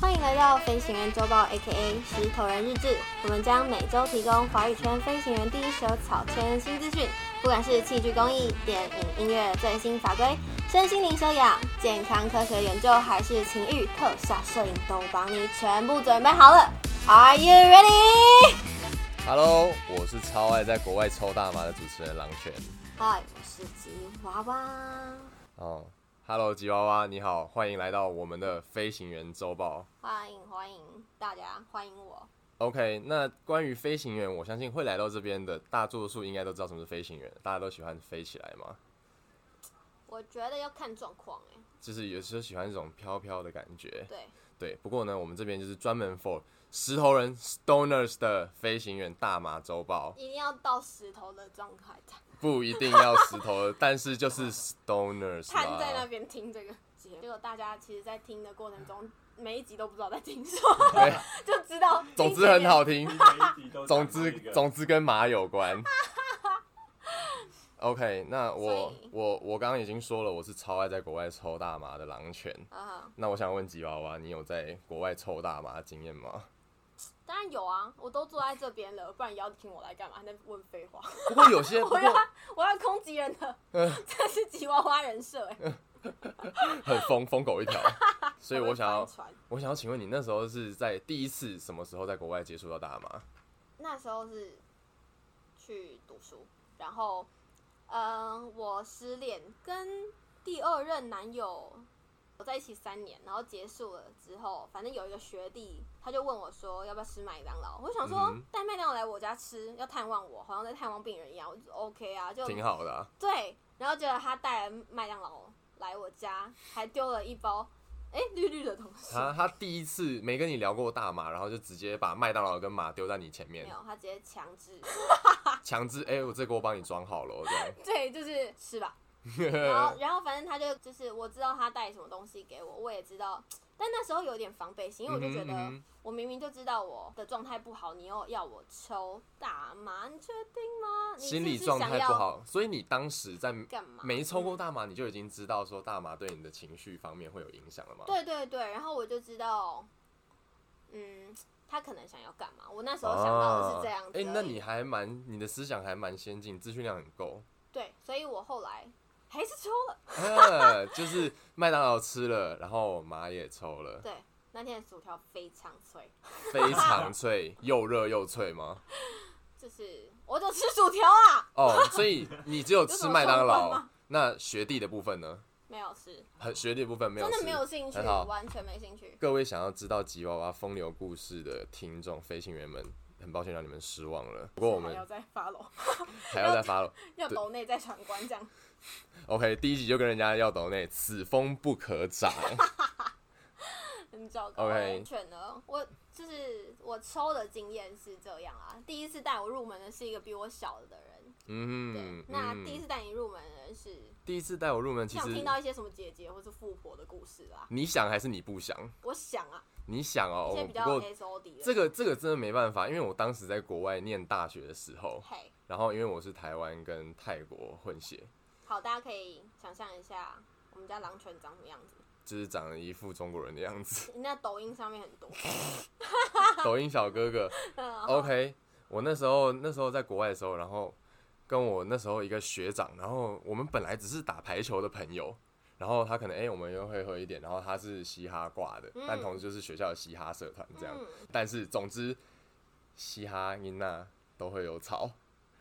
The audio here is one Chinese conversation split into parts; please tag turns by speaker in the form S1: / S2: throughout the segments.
S1: 欢迎来到飞行员周报 （A.K.A. 石头人日志），我们将每周提供华语圈飞行员第一手草签新资讯，不管是器具工艺、电影音乐最新法规、身心灵修养、健康科学研究，还是情欲、特效、摄影，都帮你全部准备好了。Are you ready？
S2: Hello，我是超爱在国外抽大麻的主持人狼犬。
S1: 嗨，我是吉娃娃。
S2: 哦、h e l l o 吉娃娃，你好，欢迎来到我们的飞行员周报。
S1: 欢迎欢迎大家，欢迎我。
S2: OK，那关于飞行员，我相信会来到这边的大多数应该都知道什么是飞行员，大家都喜欢飞起来嘛，
S1: 我觉得要看状况哎，
S2: 就是有时候喜欢这种飘飘的感觉。
S1: 对，
S2: 对，不过呢，我们这边就是专门 for 石头人 Stoners 的飞行员大麻周报，
S1: 一定要到石头的状态，
S2: 不一定要石头的，但是就是 Stoners
S1: 瘫在那
S2: 啦。
S1: 边听这个节目。结果大家其实，在听的过程中，每一集都不知道在听什么，
S2: 嗯对，
S1: 就知道。
S2: 总之很。好听。
S3: 每一集都
S2: 总
S3: 讲
S2: 之
S3: 同一，个
S2: 总之跟马 有关。OK，那我
S1: 所以
S2: 我我刚刚已经说了，我是超爱在国外抽大麻的狼犬。
S1: 啊、
S2: 那我想问吉娃娃，你有在国外抽大麻的经 验吗？
S1: 当然有啊，我都坐在这边了，不然你要听我来干嘛？还在问废话，
S2: 不过有些，不
S1: 我要
S2: 过
S1: 我要攻击人的，
S2: 嗯
S1: 这是吉娃娃人设哎、
S2: 很 疯疯狗一条，所以我想
S1: 会
S2: 要
S1: 翻，船
S2: 我想要请问你，那时候是在第一次什么时候在国外接触到大麻？
S1: 那时候是去读书，然后，嗯，我失恋，跟第二任男友我在一起三年，然后结束了之后，反正有一个学弟，他就问我说要不要吃麦当劳，我就想说
S2: 嗯哼
S1: 带麦当劳来我家吃，要探望我，好像在探望病人一样，我就 OK 啊，就
S2: 挺好的啊、
S1: 对，然后结果他带了麦当劳来我家，还丢了一包，哎、绿绿的东西，
S2: 他他第一次没跟你聊过大麻，然后就直接把麦当劳跟马丢在你前
S1: 没
S2: 面，
S1: 有，他直接强制，
S2: 强制哎、我这锅帮你装好了哦，这样。
S1: 对，就是吃吧。然 后，然后反正他就就是我知道他带什么东西给我，我也知道，但那时候有点防备心，因为我就觉
S2: 嗯
S1: 得
S2: 哼嗯
S1: 我明明就知道我的状态不好，你又要我抽大麻，你确定吗？你是
S2: 心
S1: 不
S2: 理
S1: 是
S2: 状态
S1: 想
S2: 不
S1: 要
S2: 好，所以你当时在
S1: 干嘛？
S2: 没抽
S1: 嗯。
S2: 过大麻，你就已经知道说大麻对你的情绪方面会有影响了吗？
S1: 对对对，然后我就知道，嗯，他可能想要干嘛？我那时候想到的是这样子而
S2: 哎、
S1: 已。
S2: 那你还蛮，你的思想还蛮先进，资讯量很够。
S1: 对，所以我后来还是抽了。
S2: 呃就是麦当劳吃了，然后麻也抽了，
S1: 对，那天的薯条非常脆，
S2: 非常脆，又热又脆吗？
S1: 就是我就吃薯条啊，
S2: 哦，所以你只有
S1: 有
S2: 吃
S1: 什么
S2: 麦当
S1: 相关
S2: 劳
S1: 吗。
S2: 那学弟的部分呢？
S1: 没有吃。
S2: 很学弟的部分没有
S1: 真
S2: 吃，
S1: 的没有兴趣，
S2: 很好
S1: 完全没兴趣。
S2: 各位想要知道吉娃娃风流故事的听众、飞行员们，很抱歉让你们失望了。不过我们
S1: 还要再发楼，
S2: 还要再发了。
S1: 要楼内再闯关这样。
S2: OK，第一集就跟人家要抖内，此风不可长。
S1: 很糟糕。
S2: OK
S1: 选了我就是我抽的经验是这样啊，第一次带我入门的是一个比我小的人， 对，
S2: 嗯，
S1: 那
S2: 嗯
S1: 第一次带你入门的人是
S2: 第一次带我入门，其
S1: 像
S2: 实
S1: 听到一些什么姐姐或是富婆的故事啦，
S2: 你想还是你不想？
S1: 我想啊，
S2: 你想哦，
S1: 一些比
S2: 我不
S1: 较
S2: 过
S1: S O D 的，
S2: 这个这个真的没办法，因为我当时在国外念大学的时候，
S1: 嘿，
S2: 然后因为我是台湾跟泰国混血，
S1: 好，大家可以想象一下我们家狼犬长什么样子，，
S2: 就是长了一副中国人的样 子
S1: 你那抖音上面很多，
S2: 抖音小哥哥。
S1: 嗯
S2: OK，我那时候那时候在国外的时候，然后跟我那时候一个学长，然后我们本来只是打排球的朋友，然后他可能哎、我们又会喝一点，然后他是嘻哈挂的，但同时就是学校的嘻哈社团这样，
S1: 嗯
S2: 但是总之嘻哈音呐都会有草，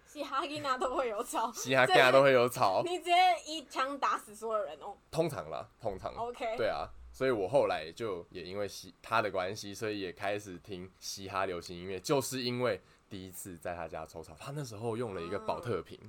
S1: 嘻哈吉娜都会有吵，
S2: 嘻哈
S1: 这
S2: g 都会有草，
S1: 你直接一枪打死所有人哦。
S2: 通常啦，通常
S1: OK，
S2: 对啊。所以我后来就也因为嘻他的关系，所以也开始听嘻哈流行音乐，就是因为第一次在他家抽草，他那时候用了一个保特瓶，
S1: 啊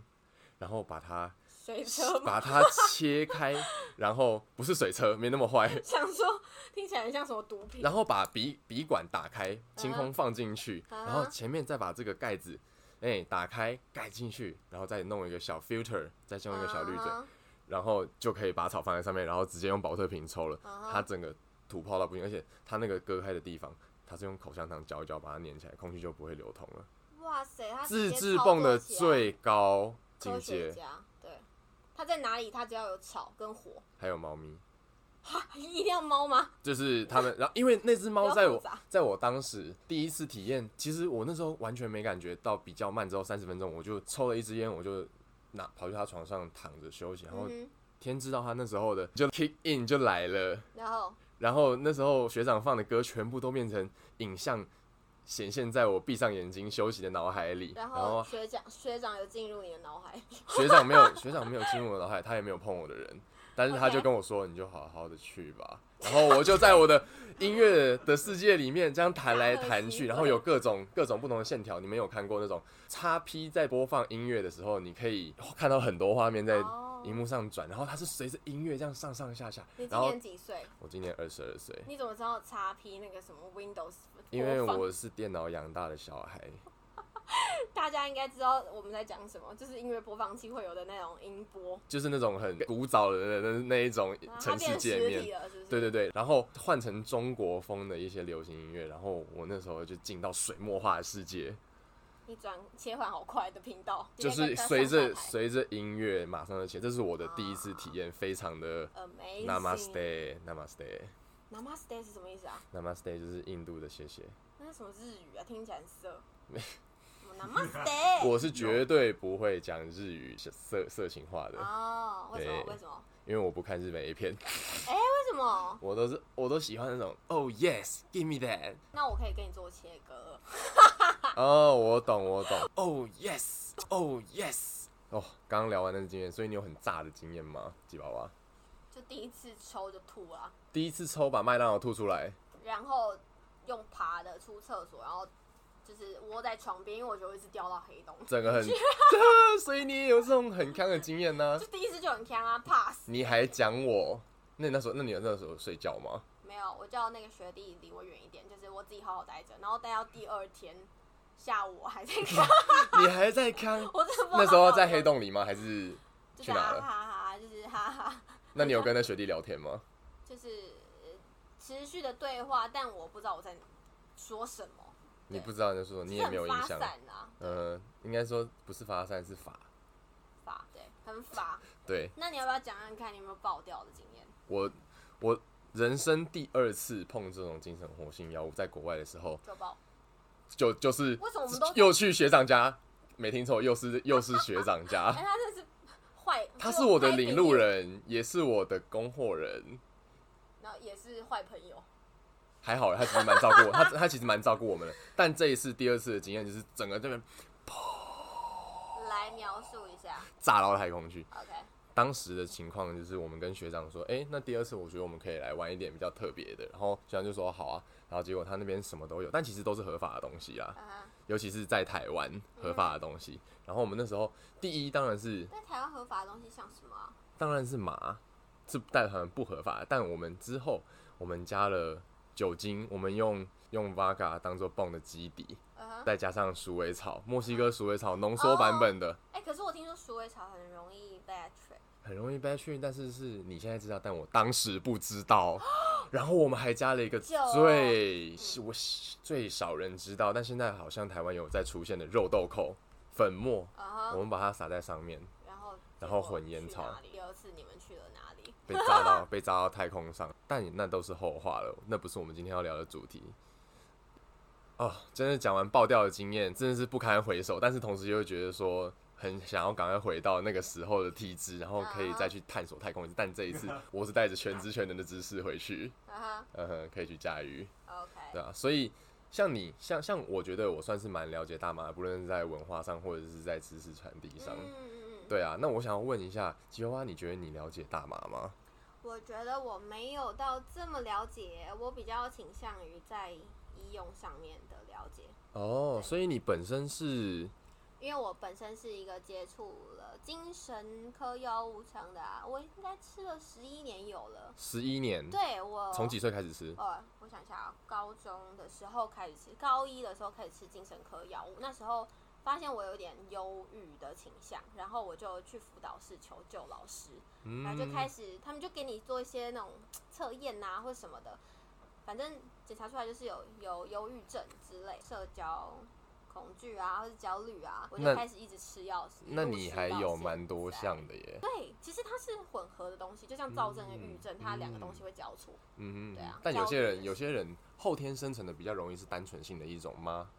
S2: 然后把 它
S1: 水车嘛，
S2: 把它切开，然后不是水车，没那么坏，
S1: 想说听起来很像什么毒品。
S2: 然后把笔笔管打开，清空放进去，
S1: 啊
S2: 然后前面再把这个盖子。哎、打开盖进去，然后再弄一个小 filter，再用一个小滤嘴，
S1: 啊
S2: 然后就可以把草放在上面，然后直接用保特瓶抽了。
S1: 啊哈
S2: 它整个土泡到不行，而且它那个割开的地方，它是用口香糖嚼一嚼把它粘起来，空气就不会流通了。
S1: 哇塞，他直
S2: 自
S1: 接
S2: 制
S1: 操
S2: 泵的
S1: 作起来
S2: 最高境
S1: 科学
S2: 界
S1: 家，对，他在哪里，他只要有草跟火，
S2: 还有猫咪，
S1: 哈一定要猫吗？
S2: 就是他们，然后因为那只猫在
S1: 比较
S2: 我
S1: 复杂
S2: 在我当时第一次体验，其实我那时候完全没感觉到比较慢，之后三十分钟我就抽了一支烟，我就拿跑去他床上躺着休息，然后
S1: 嗯
S2: 天知道他那时候的就 kick in 就来了，
S1: 哼，然后
S2: 然后那时候学长放的歌全部都变成影像显现在我闭上眼睛休息的脑海里，
S1: 然
S2: 然
S1: 后
S2: 后
S1: 学长学长有进入你的脑海，
S2: 学长没有 学长没有进入我的脑海，他也没有碰我的人，但是他
S1: OK
S2: 就跟我说你就好好的去吧。然后我就在我的音乐的世界里面这样弹来 弹去，然后有各种各种不同的线条。你们有看过那种叉 P 在播放音乐的时候，你可以看到很多画面在
S1: 哦
S2: 荧幕上转，然后它是随着音乐这样上上下下
S1: 你。今
S2: 然后
S1: 年几岁？
S2: 我今年二十二岁，
S1: 你怎么知道叉 P 那个什么 Windows？
S2: 因为
S1: 播放
S2: 我是电脑养大的小孩，
S1: 大家应该知道我们在讲什么，就是音乐播放器会有的那种音波，
S2: 就是那种很古早的那那那一种
S1: 然后它
S2: 城市
S1: 啊变
S2: 界
S1: 实
S2: 面
S1: 体。了，是不是？
S2: 对对对，然后换成中国风的一些流行音乐，然后我那时候就进到水墨画的世界，
S1: 你转切换好快的频道，
S2: 就是随着
S1: 随
S2: 随着音乐马上就起，这是我的第一次体验，非常的
S1: 啊 amazing。
S2: Namaste Namaste
S1: Namaste 是什么意思啊？
S2: Namaste 就是印度的谢谢，
S1: 那是什么日语啊？听起来很 色。什么 Namaste。
S2: 我是绝对不会讲日语色色情话的，
S1: 哦，为什么？
S2: 对
S1: 为什么？
S2: 因为我不看日本 A 片，
S1: 为什么？
S2: 我都是我都喜欢那种 Oh yes give me that，
S1: 那我可以跟你做切割。
S2: 哦，我懂，我懂。Oh yes, oh yes。哦，刚刚聊完那个经验，所以你有很炸的经验吗？吉娃娃
S1: 就第一次抽就吐了，
S2: 第一次抽把麦当劳吐出来，
S1: 然后用爬的出厕所，然后就是窝在床边，因为我觉得我一直掉到黑洞。
S2: 整 个很，啊所以你也有这种很康的经验呢、
S1: 就第一次就很强啊，pass。
S2: 你还讲我，那你那时候，那你有那时候睡觉吗？
S1: 没有，我叫那个学弟离我远一点，就是我自己好好待着，然后待到第二天下午我还在看，
S2: 你还在 康？
S1: 我真的不知道
S2: 那时候在黑，洞里吗？还是
S1: 就
S2: 去
S1: 是
S2: 哪
S1: 哈
S2: 了？
S1: 哈哈，就是哈哈，
S2: 那你有跟那学弟聊天吗？
S1: 就是呃持续的对话，但我不知道我在说什么，
S2: 你不知道你在说什么，你也没 有
S1: 就是很
S2: 印
S1: 发
S2: 象。
S1: 散啊，
S2: 呃，应该说不是发散，是法。
S1: 发对，很发。
S2: 对，
S1: 那你要不要讲讲看你有没有爆掉的经验？
S2: 我我人生第二次碰这种精神活性药物，在国外的时候，
S1: 就 爆，
S2: 就就是
S1: 为什么我们都
S2: 又去学长家，没听错，又是 又是学长
S1: 哎、哎
S2: 家，
S1: 他这是坏，
S2: 他是我的
S1: 就
S2: 领路，人，也是我的供货人。
S1: 然后也是坏朋友，
S2: 还好，他其实蛮照顾我， 他他其实蛮照顾我们的。但这一次第二次的经验就是整个这边
S1: 来描述一下
S2: 炸到太空去。
S1: ，OK，
S2: 当时的情况就是，我们跟学长说，哎、那第二次我觉得我们可以来玩一点比较特别的。然后学长就说好啊，然后结果他那边什么都有，但其实都是合法的东西啦。
S1: 啊哈，
S2: 尤其是在台湾合法的东西。然后我们那时候第一当然是
S1: 在台湾合法的东西像什么、啊？
S2: 当然是麻，是在台湾不合法的，但我们之后我们加了酒精，我们用用 Vaga 当做泵的基底，
S1: 嗯哼，
S2: 再加上鼠尾草，墨西哥鼠尾草浓缩版本的。
S1: 哎、可是我听说鼠尾草很容易被 trip，
S2: 很容易 b a 但是是你现在知道，但我当时不知道。然后我们还加了一个
S1: 酒哦
S2: 最我最少人知道，但现在好像台湾有在出现的肉豆蔻粉末，
S1: 啊
S2: 我
S1: 哈，
S2: 们把它撒在上面，
S1: 然后
S2: 然后混烟草
S1: 去哪里第二次你们去了哪里？
S2: 被炸到被炸到太空上，但那都是后话了，那不是我们今天要聊的主题。哦，真的讲完爆掉的经验，真的是不堪回首，但是同时又觉得说很想要赶快回到那个时候的体质，然后可以再去探索太空。但这一次我是带着全知全能的知识回去，
S1: 啊
S2: 嗯哼，可以去驾驭，
S1: 哈，OK，
S2: 对啊，所以。像你，像像我觉得我算是蛮了解大马的，不论是在文化上或者是在知识传递上，
S1: 嗯嗯嗯，
S2: 对啊。那我想要问一下吉娃娃，你觉得你了解大马吗？
S1: 我觉得我没有到这么了解，我比较倾向于在医用上面的了解。
S2: 哦，
S1: 对
S2: 所以你本身是
S1: 因为我本身是一个接触了精神科药物成的、啊，我应该吃了十一年有了。
S2: 十一年，
S1: 对哦我
S2: 嗯从几岁开始吃？
S1: 呃，我想一下啊，高中的时候开始吃，高一的时候开始吃精神科药物，那时候发现我有点忧郁的倾向，然后我就去辅导室求救老师，
S2: 嗯
S1: 然后就开始，他们就给你做一些那种测验呐，或什么的，反正检查出来就是有有忧郁症之类，社交恐惧啊，或是焦虑啊，我
S2: 那
S1: 就开始一直吃药。
S2: 那
S1: 入
S2: 你
S1: 食
S2: 还
S1: 到
S2: 有
S1: 现
S2: 蛮多
S1: 在
S2: 项的耶，
S1: 对，其实它是混合的东西，就像躁症跟郁症，它两个东西会交错。
S2: 嗯
S1: 对啊
S2: 但有
S1: 焦
S2: 些
S1: 虑
S2: 人
S1: 也
S2: 有
S1: 是
S2: 些人后天生成的比较容易是单纯性的一种吗？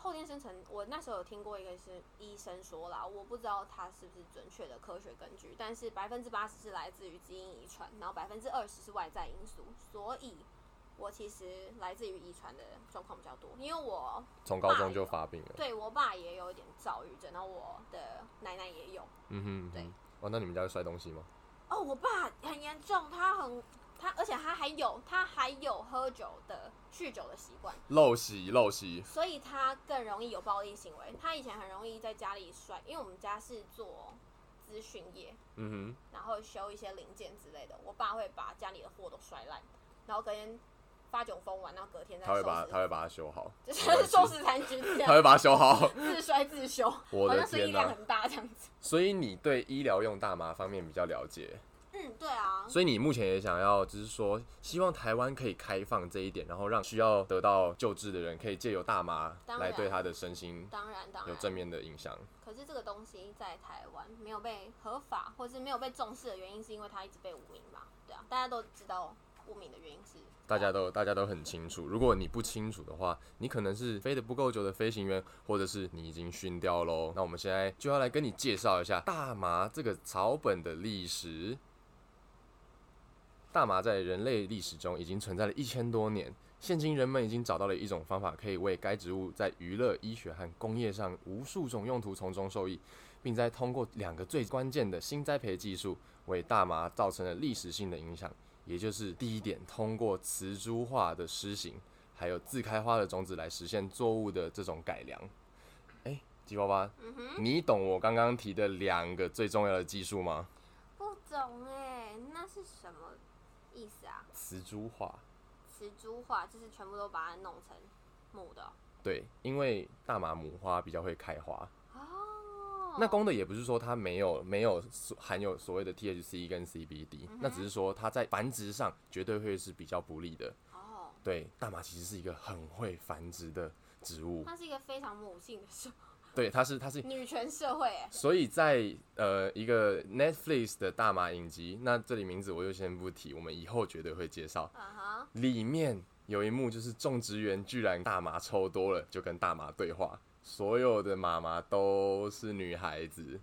S1: 后天生成，我那时候有听过一个是医生说啦，我不知道它是不是准确的科学根据，但是百分之八十是来自于基因遗传，然后百分之二十是外在因素，所以我其实来自于遗传的状况比较多，因为我
S2: 从高
S1: 爸
S2: 中就
S1: 有
S2: 发病了。
S1: 对我爸也有一点躁郁症，然后我的奶奶也有，
S2: 嗯哼，嗯
S1: 对
S2: 哼哦，那你们家会摔东西吗？
S1: 哦，我爸很严重，他很他，而且他还有他还有喝酒的酗酒的习惯，
S2: 陋习，陋习。
S1: 所以他更容易有暴力行为。他以前很容易在家里摔，因为我们家是做咨询业，
S2: 嗯
S1: 然后修一些零件之类的，我爸会把家里的货都摔烂，然后隔天发酒疯完，然后隔天
S2: 哼，
S1: 再
S2: 他会把他
S1: 收
S2: 会把它修好，
S1: 拾，就
S2: 没关
S1: 是
S2: 系
S1: 收拾残局这
S2: 他
S1: 样，
S2: 会把它修好。
S1: 自摔自修，
S2: 我
S1: 好
S2: 的
S1: 像是
S2: 天
S1: 力量
S2: 哪！
S1: 很大这样子。
S2: 所以你对医疗用大麻方面比较了解，
S1: 嗯，对啊，
S2: 所以你目前也想要，就是说，希望台湾可以开放这一点，然后让需要得到救治的人可以借由大麻
S1: 当
S2: 来
S1: 然
S2: 对他的身心
S1: 当然当
S2: 有
S1: 然。
S2: 正面的影响。
S1: 可是这个东西在台湾没有被合法，或是没有被重视的原因，是因为它一直被污名嘛？对啊，大家都知道污名的原因是
S2: 大家都大家都很清楚。如果你不清楚的话，你可能是飞得不够久的飞行员，或者是你已经训掉喽。那我们现在就要来跟你介绍一下大麻这个草本的历史。大麻在人类历史中已经存在了一千多年，现今人们已经找到了一种方法，可以为该植物在娱乐、医学和工业上无数种用途从中受益，并在通过两个最关键的新栽培技术，为大麻造成了历史性的影响。也就是第一点，通过雌株化的施行，还有自开花的种子来实现作物的这种改良。哎、吉娃娃，
S1: 嗯哼，
S2: 你懂我刚刚提的两个最重要的技术吗？
S1: 不懂哎、那是什么意思啊？
S2: 雌株化，
S1: 雌株化就是全部都把它弄成母的
S2: 对，因为大麻母花比较会开花。
S1: 哦。
S2: 那公的也不是说它没有没有所含有所谓的 THC E 跟 CBD，、那
S1: 嗯
S2: 只是说它在繁殖上绝对会是比较不利的。
S1: 哦，
S2: 对，大麻其实是一个很会繁殖的植物，
S1: 它是一个非常母性的社
S2: 对，它是它是
S1: 女权社会哎、
S2: 所以在呃一个 Netflix 的大麻影集，那这里名字我就先不提，我们以后绝对会介绍。
S1: 啊哈，
S2: 里面有一幕就是种植园居然大麻抽多了，就跟大麻对话，所有的妈妈都是女孩子，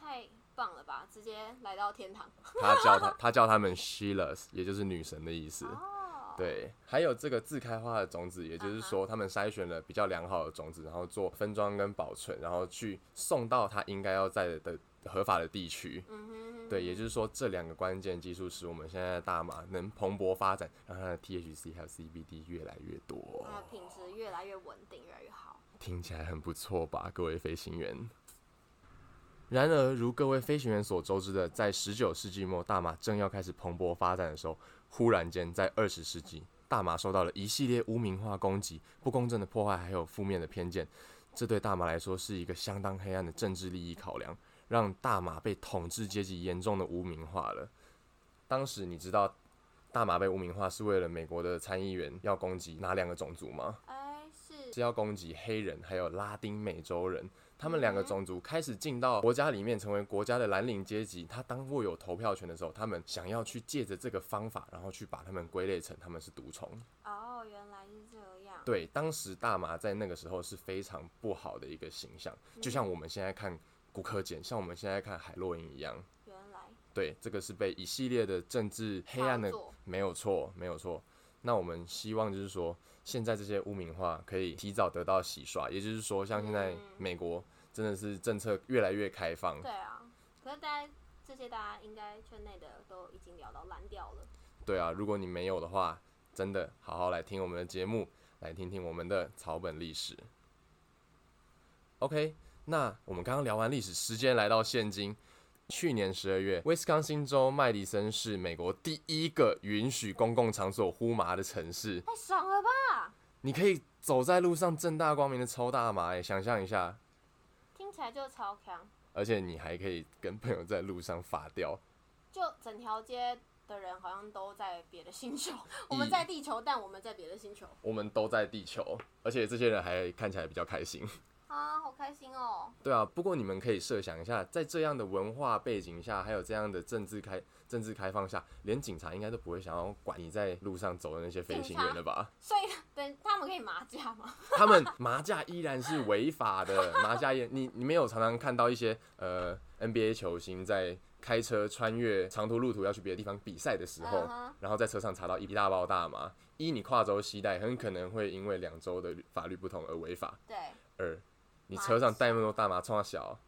S1: 太棒了吧！直接来到天堂
S2: 她叫她她叫她们 Sheilas，也就是女神的意思。
S1: 哦。
S2: 对，还有这个自开花的种子，也就是
S1: 嗯
S2: 说他们筛选了比较良好的种子，然后做分装跟保存，然后去送到它应该要在的的合法的地区。
S1: 嗯哼，
S2: 对，也就是说，这两个关键技术使我们现在的大麻能蓬勃发展，让它的 THC 还有 CBD 越来越多，
S1: 它的品质越来越稳定，越来越好。
S2: 听起来很不错吧，各位飞行员。然而，如各位飞行员所周知的，在十九世纪末，大麻正要开始蓬勃发展的时候，忽然间在二十世纪，大麻受到了一系列污名化攻击、不公正的破坏，还有负面的偏见。这对大麻来说是一个相当黑暗的政治利益考量，让大麻被统治阶级严重的污名化了。当时你知道大麻被污名化是为了美国的参议员要攻击哪两个种族吗？
S1: 哎，是
S2: 是要攻击黑人还有拉丁美洲人，他们两个种族开始进到国家里面，成为国家的蓝领阶级。他当握有投票权的时候，他们想要去借着这个方法，然后去把他们归类成他们是毒虫。
S1: 哦，原来是这样。
S2: 对，当时大麻在那个时候是非常不好的一个形象，就像我们现在看骨科碱，像我们现在看海洛因一样。
S1: 原来
S2: 对，这个是被一系列的政治黑暗的
S1: 操作，
S2: 没有错，没有错。那我们希望就是说，现在这些污名化可以提早得到洗刷，也就是说，像现在
S1: 嗯
S2: 美国真的是政策越来越开放，
S1: 对啊，可是大家这些大家应该圈内的都已经聊到烂掉了。
S2: 对啊，如果你没有的话，真的好好来听我们的节目，来听听我们的草本历史。OK，那我们刚刚聊完历史，时间来到现今。去年十二月，威斯康星州麦迪森是美国第一个允许公共场所呼麻的城市。
S1: 太爽了吧！
S2: 你可以走在路上正大光明的抽大麻、欸，想象一下，
S1: 听起来就超强，
S2: 而且你还可以跟朋友在路上发掉。
S1: 就整条街的的人好像都在别的星 球，我们在地球，但我们在别的星球
S2: 我们都在地球，而且这些人还看起来比较开心。
S1: 啊，好开心哦！
S2: 对啊，不过你们可以设想一下，在这样的文化背景下，还有这样的政治开政治开放下，连警察应该都不会想要管你在路上走的那些飞行员了吧？
S1: 所以等他们可以麻将吗？
S2: 他们 麻将依然是违 法的，麻将也你你没有常常看到一些呃 NBA 球星在开车穿越长途路途要去别的地方比赛的时候
S1: 嗯哼
S2: 然后在车上查到一大包大麻，一你跨州携带很可能会因为两州的法律不同而违法，
S1: 对，
S2: 二你车上带那么多大麻冲啊小。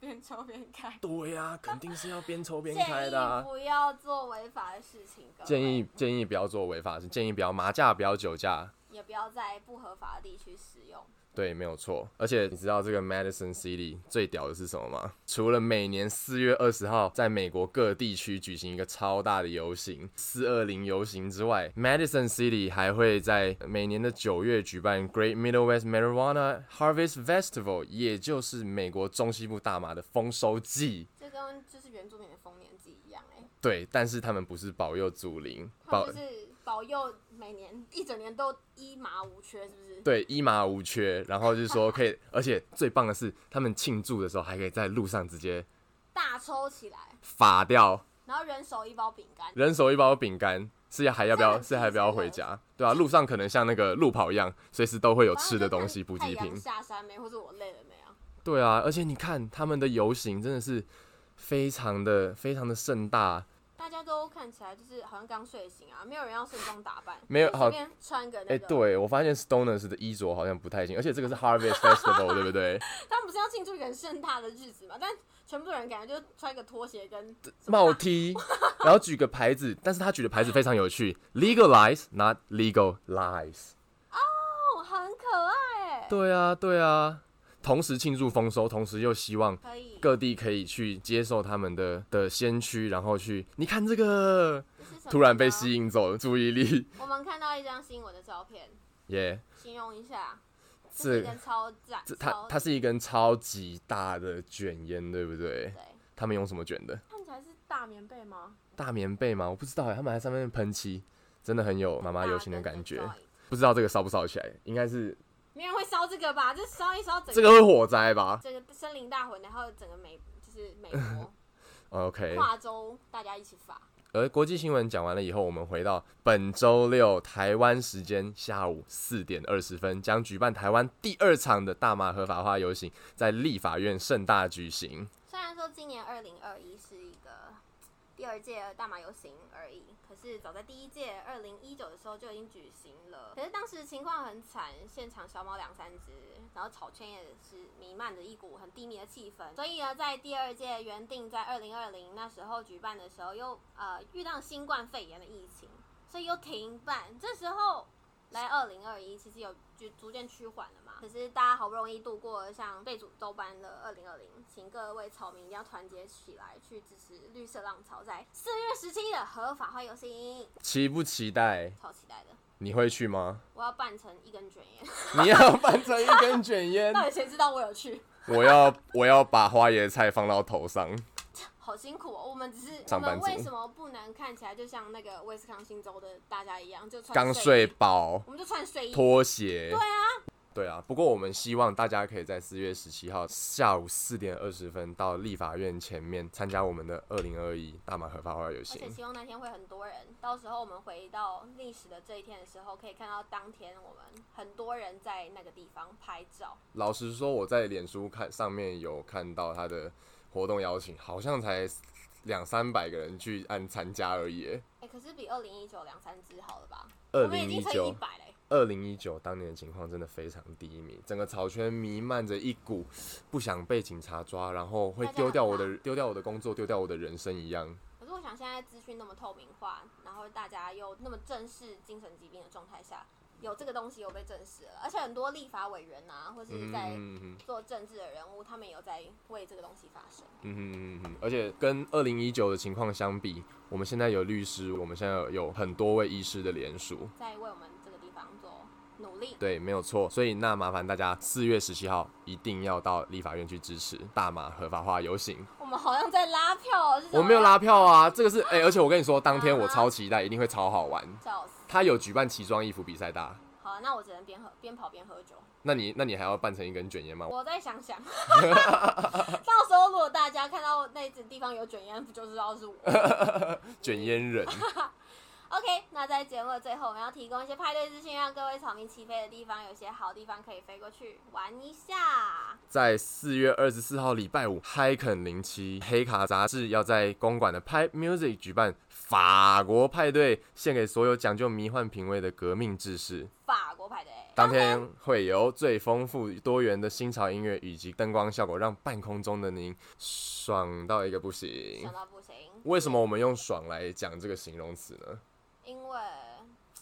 S1: 边抽边开。
S2: 对呀、肯定是要边抽边
S1: 建
S2: 开
S1: 议
S2: 的、啊。
S1: 不要做违法的事情，各位
S2: 建议建议不要做违法事，建议不要麻驾，不要酒驾。
S1: 也不要在不合法的地区使用。
S2: 对，没有错。而且你知道这个 Madison City 最屌的是什么吗？除了每年四月二十号在美国各地区举行一个超大的游行“四二零游行”之外，Madison City 还会在每年的九月举办 Great Middle West Marijuana Harvest Festival，也就是美国中西部大麻的丰收季。
S1: 这跟就是原住民的丰年祭一样、哎，
S2: 对，但是他们不是保佑祖灵，
S1: 他
S2: 保
S1: 们就是保佑每年一整年都一麻无缺，是不是？
S2: 对，一麻无缺，然后就是说可以，而且最棒的是，他们庆祝的时候还可以在路上直接
S1: 大抽起来，
S2: 发掉，
S1: 然后人手一包饼干，
S2: 人手一包饼干，是要还要不
S1: 这
S2: 要
S1: 很
S2: 是还不要
S1: 轻松
S2: 回
S1: 欸
S2: 家？对啊，路上可能像那个路跑一样，随时都会有
S1: 反正
S2: 吃的
S1: 就看
S2: 东西补给
S1: 太阳
S2: 品。
S1: 下山没，或者我累了没啊？
S2: 对啊，而且你看他们的游行真的是非常的非常的盛大，
S1: 大家都看起来就是好像刚睡醒啊，没有人要盛装打扮，
S2: 没有
S1: 就
S2: 好
S1: 随便穿个
S2: 哎、
S1: 那个。
S2: 对我发现 Stoners 的衣着好像不太行，而且这个是 Harvest Festival 对不对？
S1: 他们不是要庆祝一个很盛大的日子嘛？但全部人感觉就穿个拖鞋跟什么
S2: 帽
S1: 大
S2: T，然后举个牌子，但是他举的牌子非常有趣，legalize not legal lies。
S1: 哦，很可爱哎，
S2: 对啊，对啊，同时庆祝丰收，同时又希望
S1: 可以。
S2: 各地可以去接受他们的的先驱，然后去你看这个，
S1: 这是什么
S2: 突然被吸
S1: 呢。
S2: 引走了注意力，
S1: 我们看到一张新闻的照片，
S2: 耶、
S1: 形容一下，这是一
S2: 这
S1: 根超赞，
S2: 这它
S1: 超
S2: 它是一根超级大的卷烟，对不对？
S1: 对，
S2: 他们用什么卷的？
S1: 看起来是大棉被吗？
S2: 大棉被吗？我不知道哎，他们还上面喷漆，真的很有妈妈
S1: 大
S2: 游行的
S1: 根
S2: 感觉。
S1: joint
S2: 不知道这个烧不烧起来，应该是
S1: 没人会烧这个吧？就烧一烧整
S2: 这个会火灾吧
S1: 整个森林大火，然后整个美就是美 国
S2: ？OK，
S1: 跨州大家一起发。
S2: 而国际新闻讲完了以后，我们回到本周六台湾时间下午四点二十分，将举办台湾第二场的大麻合法化游行，在立法院盛大举行。
S1: 虽然说今年二零二一是一个第二届大马游行而已，可是早在第一届二零一九的时候就已经举行了。可是当时情况很惨，现场小猫两三只，然后草圈也是弥漫着一股很低迷的气氛。所以呢，在第二届原定在二零二零那时候举办的时候又，呃遇到新冠肺炎的疫情，所以又停办。这时候来二零二一，其实有就逐渐趋缓了嘛。可是大家好不容易度过像被诅咒般的二零二零，请各位草民一定要团结起来，去支持绿色浪潮在四月十七的合法化游行，
S2: 期不期待？
S1: 超期待的！
S2: 你会去吗？
S1: 我要扮成一根卷烟，
S2: 你要扮成一根卷烟，
S1: 到底谁知道我有去？
S2: 我要我要把花椰菜放到头上。
S1: 好辛苦哦！我们只是我
S2: 上班
S1: 们
S2: 族
S1: 为什么不能看起来就像那个威斯康星州的大家一样，就穿
S2: 刚
S1: 睡
S2: 睡
S1: 衣，
S2: 饱，
S1: 我们就穿睡衣。
S2: 拖鞋。对
S1: 啊，
S2: 对啊。不过我们希望大家可以在四月十七号下午四点二十分到立法院前面参加我们的二零二一大马合法化游
S1: 而
S2: 行
S1: 且。希望那天会很多人，到时候我们回到历史的这一天的时候，可以看到当天我们很多人在那个地方拍照。
S2: 老实说，我在脸书看上面有看到他的活动邀请，好像才两三百个人去按参加而已耶。
S1: 哎、可是比二零一九两三只好了吧？
S2: 二
S1: 我们已
S2: 零
S1: 经
S2: 一
S1: 乘一
S2: 九，
S1: 百嘞，
S2: 二零一九当年的情况真的非常低迷，整个草圈弥漫着一股不想被警察抓，然后会
S1: 大家
S2: 丢掉
S1: 很
S2: 我
S1: 怕
S2: 的丢掉我的工作，丢掉我的人生一样。
S1: 可是我想现在资讯那么透明化，然后大家又那么正视精神疾病的状态下，有这个东西有被证实了，而且很多立法委员啊，或是
S2: 嗯
S1: 在
S2: 嗯嗯
S1: 做政治的人物，他们也有在为这个东西发声。
S2: 嗯嗯嗯嗯，而且跟二零一九的情况相比，我们现在有律师，我们现在有很多位医师的联署，
S1: 在为我们这个地方做努力。
S2: 对，没有错。所以那麻烦大家四月十七号一定要到立法院去支持大麻合法化游行。
S1: 我们好像在拉票哦，是怎
S2: 我
S1: 么
S2: 没有
S1: 样
S2: 拉票啊，这个是哎、而且我跟你说，当天我超期待，一定会超好玩。
S1: 笑死。
S2: 他有举办奇装异服比赛大，
S1: 好，啊那我只能边喝边跑边喝酒。
S2: 那你那你还要扮成一根卷烟吗？
S1: 我再想 想，到时候如果大家看到那只地方有卷烟，不就知道是我
S2: 卷烟人，
S1: ？OK，那在节目的最后，我们要提供一些派对资讯，让各位草民起飞的地方有些好地方可以飞过去玩一下。
S2: 在四月二十四号礼拜五，Hiken 零七黑卡杂志要在公馆的 Pipe Music 举办法国派对，献给所有讲究迷幻品味的革命志士。
S1: 法国派对，
S2: 当天会有最丰富多元的新潮音乐以及灯光效果，让半空中的您爽到一个不行
S1: 想。到不行，
S2: 为什么我们用“爽”来讲这个形容词呢？
S1: 因为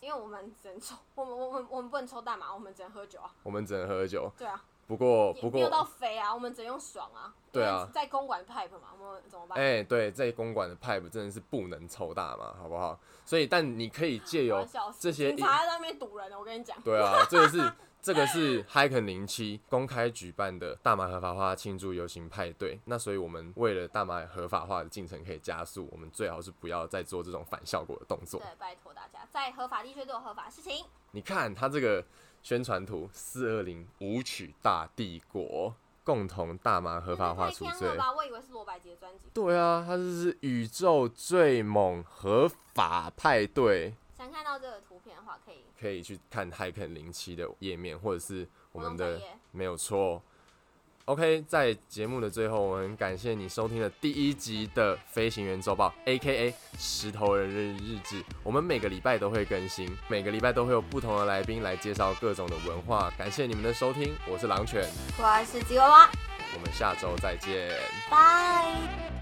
S1: 因为我们只能抽，我们我们我们不能抽大麻，我们只能喝酒啊。
S2: 我们只能喝酒，
S1: 对啊，
S2: 不过
S1: 也
S2: 不
S1: 没有到
S2: 过，
S1: 飞啊，我们只能用爽啊。
S2: 对啊
S1: 因为在公馆 pipe 嘛，我们怎么办？
S2: 哎、对，在公馆的 pipe 真的是不能抽大麻，好不好？所以，但你可以借
S1: 我
S2: 由
S1: 要笑死
S2: 这些
S1: 警察在那边堵人呢，我跟你讲。
S2: 对啊，这个是这个是 Hiken 零七公开举办的大麻合法化庆祝游行派对。那所以我们为了大麻合法化的进程可以加速，我们最好是不要再做这种反效果的动作。
S1: 对，拜托大家，在合法地区都有合法事情。
S2: 你看它这个宣传图，四二零舞曲大帝国，共同大麻合法化
S1: 这
S2: 除
S1: 也太
S2: 罪
S1: 强了。吧？我以为是罗百吉的专辑。
S2: 对啊，它这是宇宙最猛合法派对，
S1: 想看到这个图片的话，可以
S2: 可以去看 Hiken 零七的页面，或者是我们的
S1: 活动专页
S2: 没有错。OK，在节目的最后，我们感谢你收听了第一集的《飞行员周报》（A.K.A. 石头人日日志》。我们每个礼拜都会更新，每个礼拜都会有不同的来宾来介绍各种的文化。感谢你们的收听，我是狼犬，
S1: 我是吉娃娃，
S2: 我们下周再见。
S1: 拜。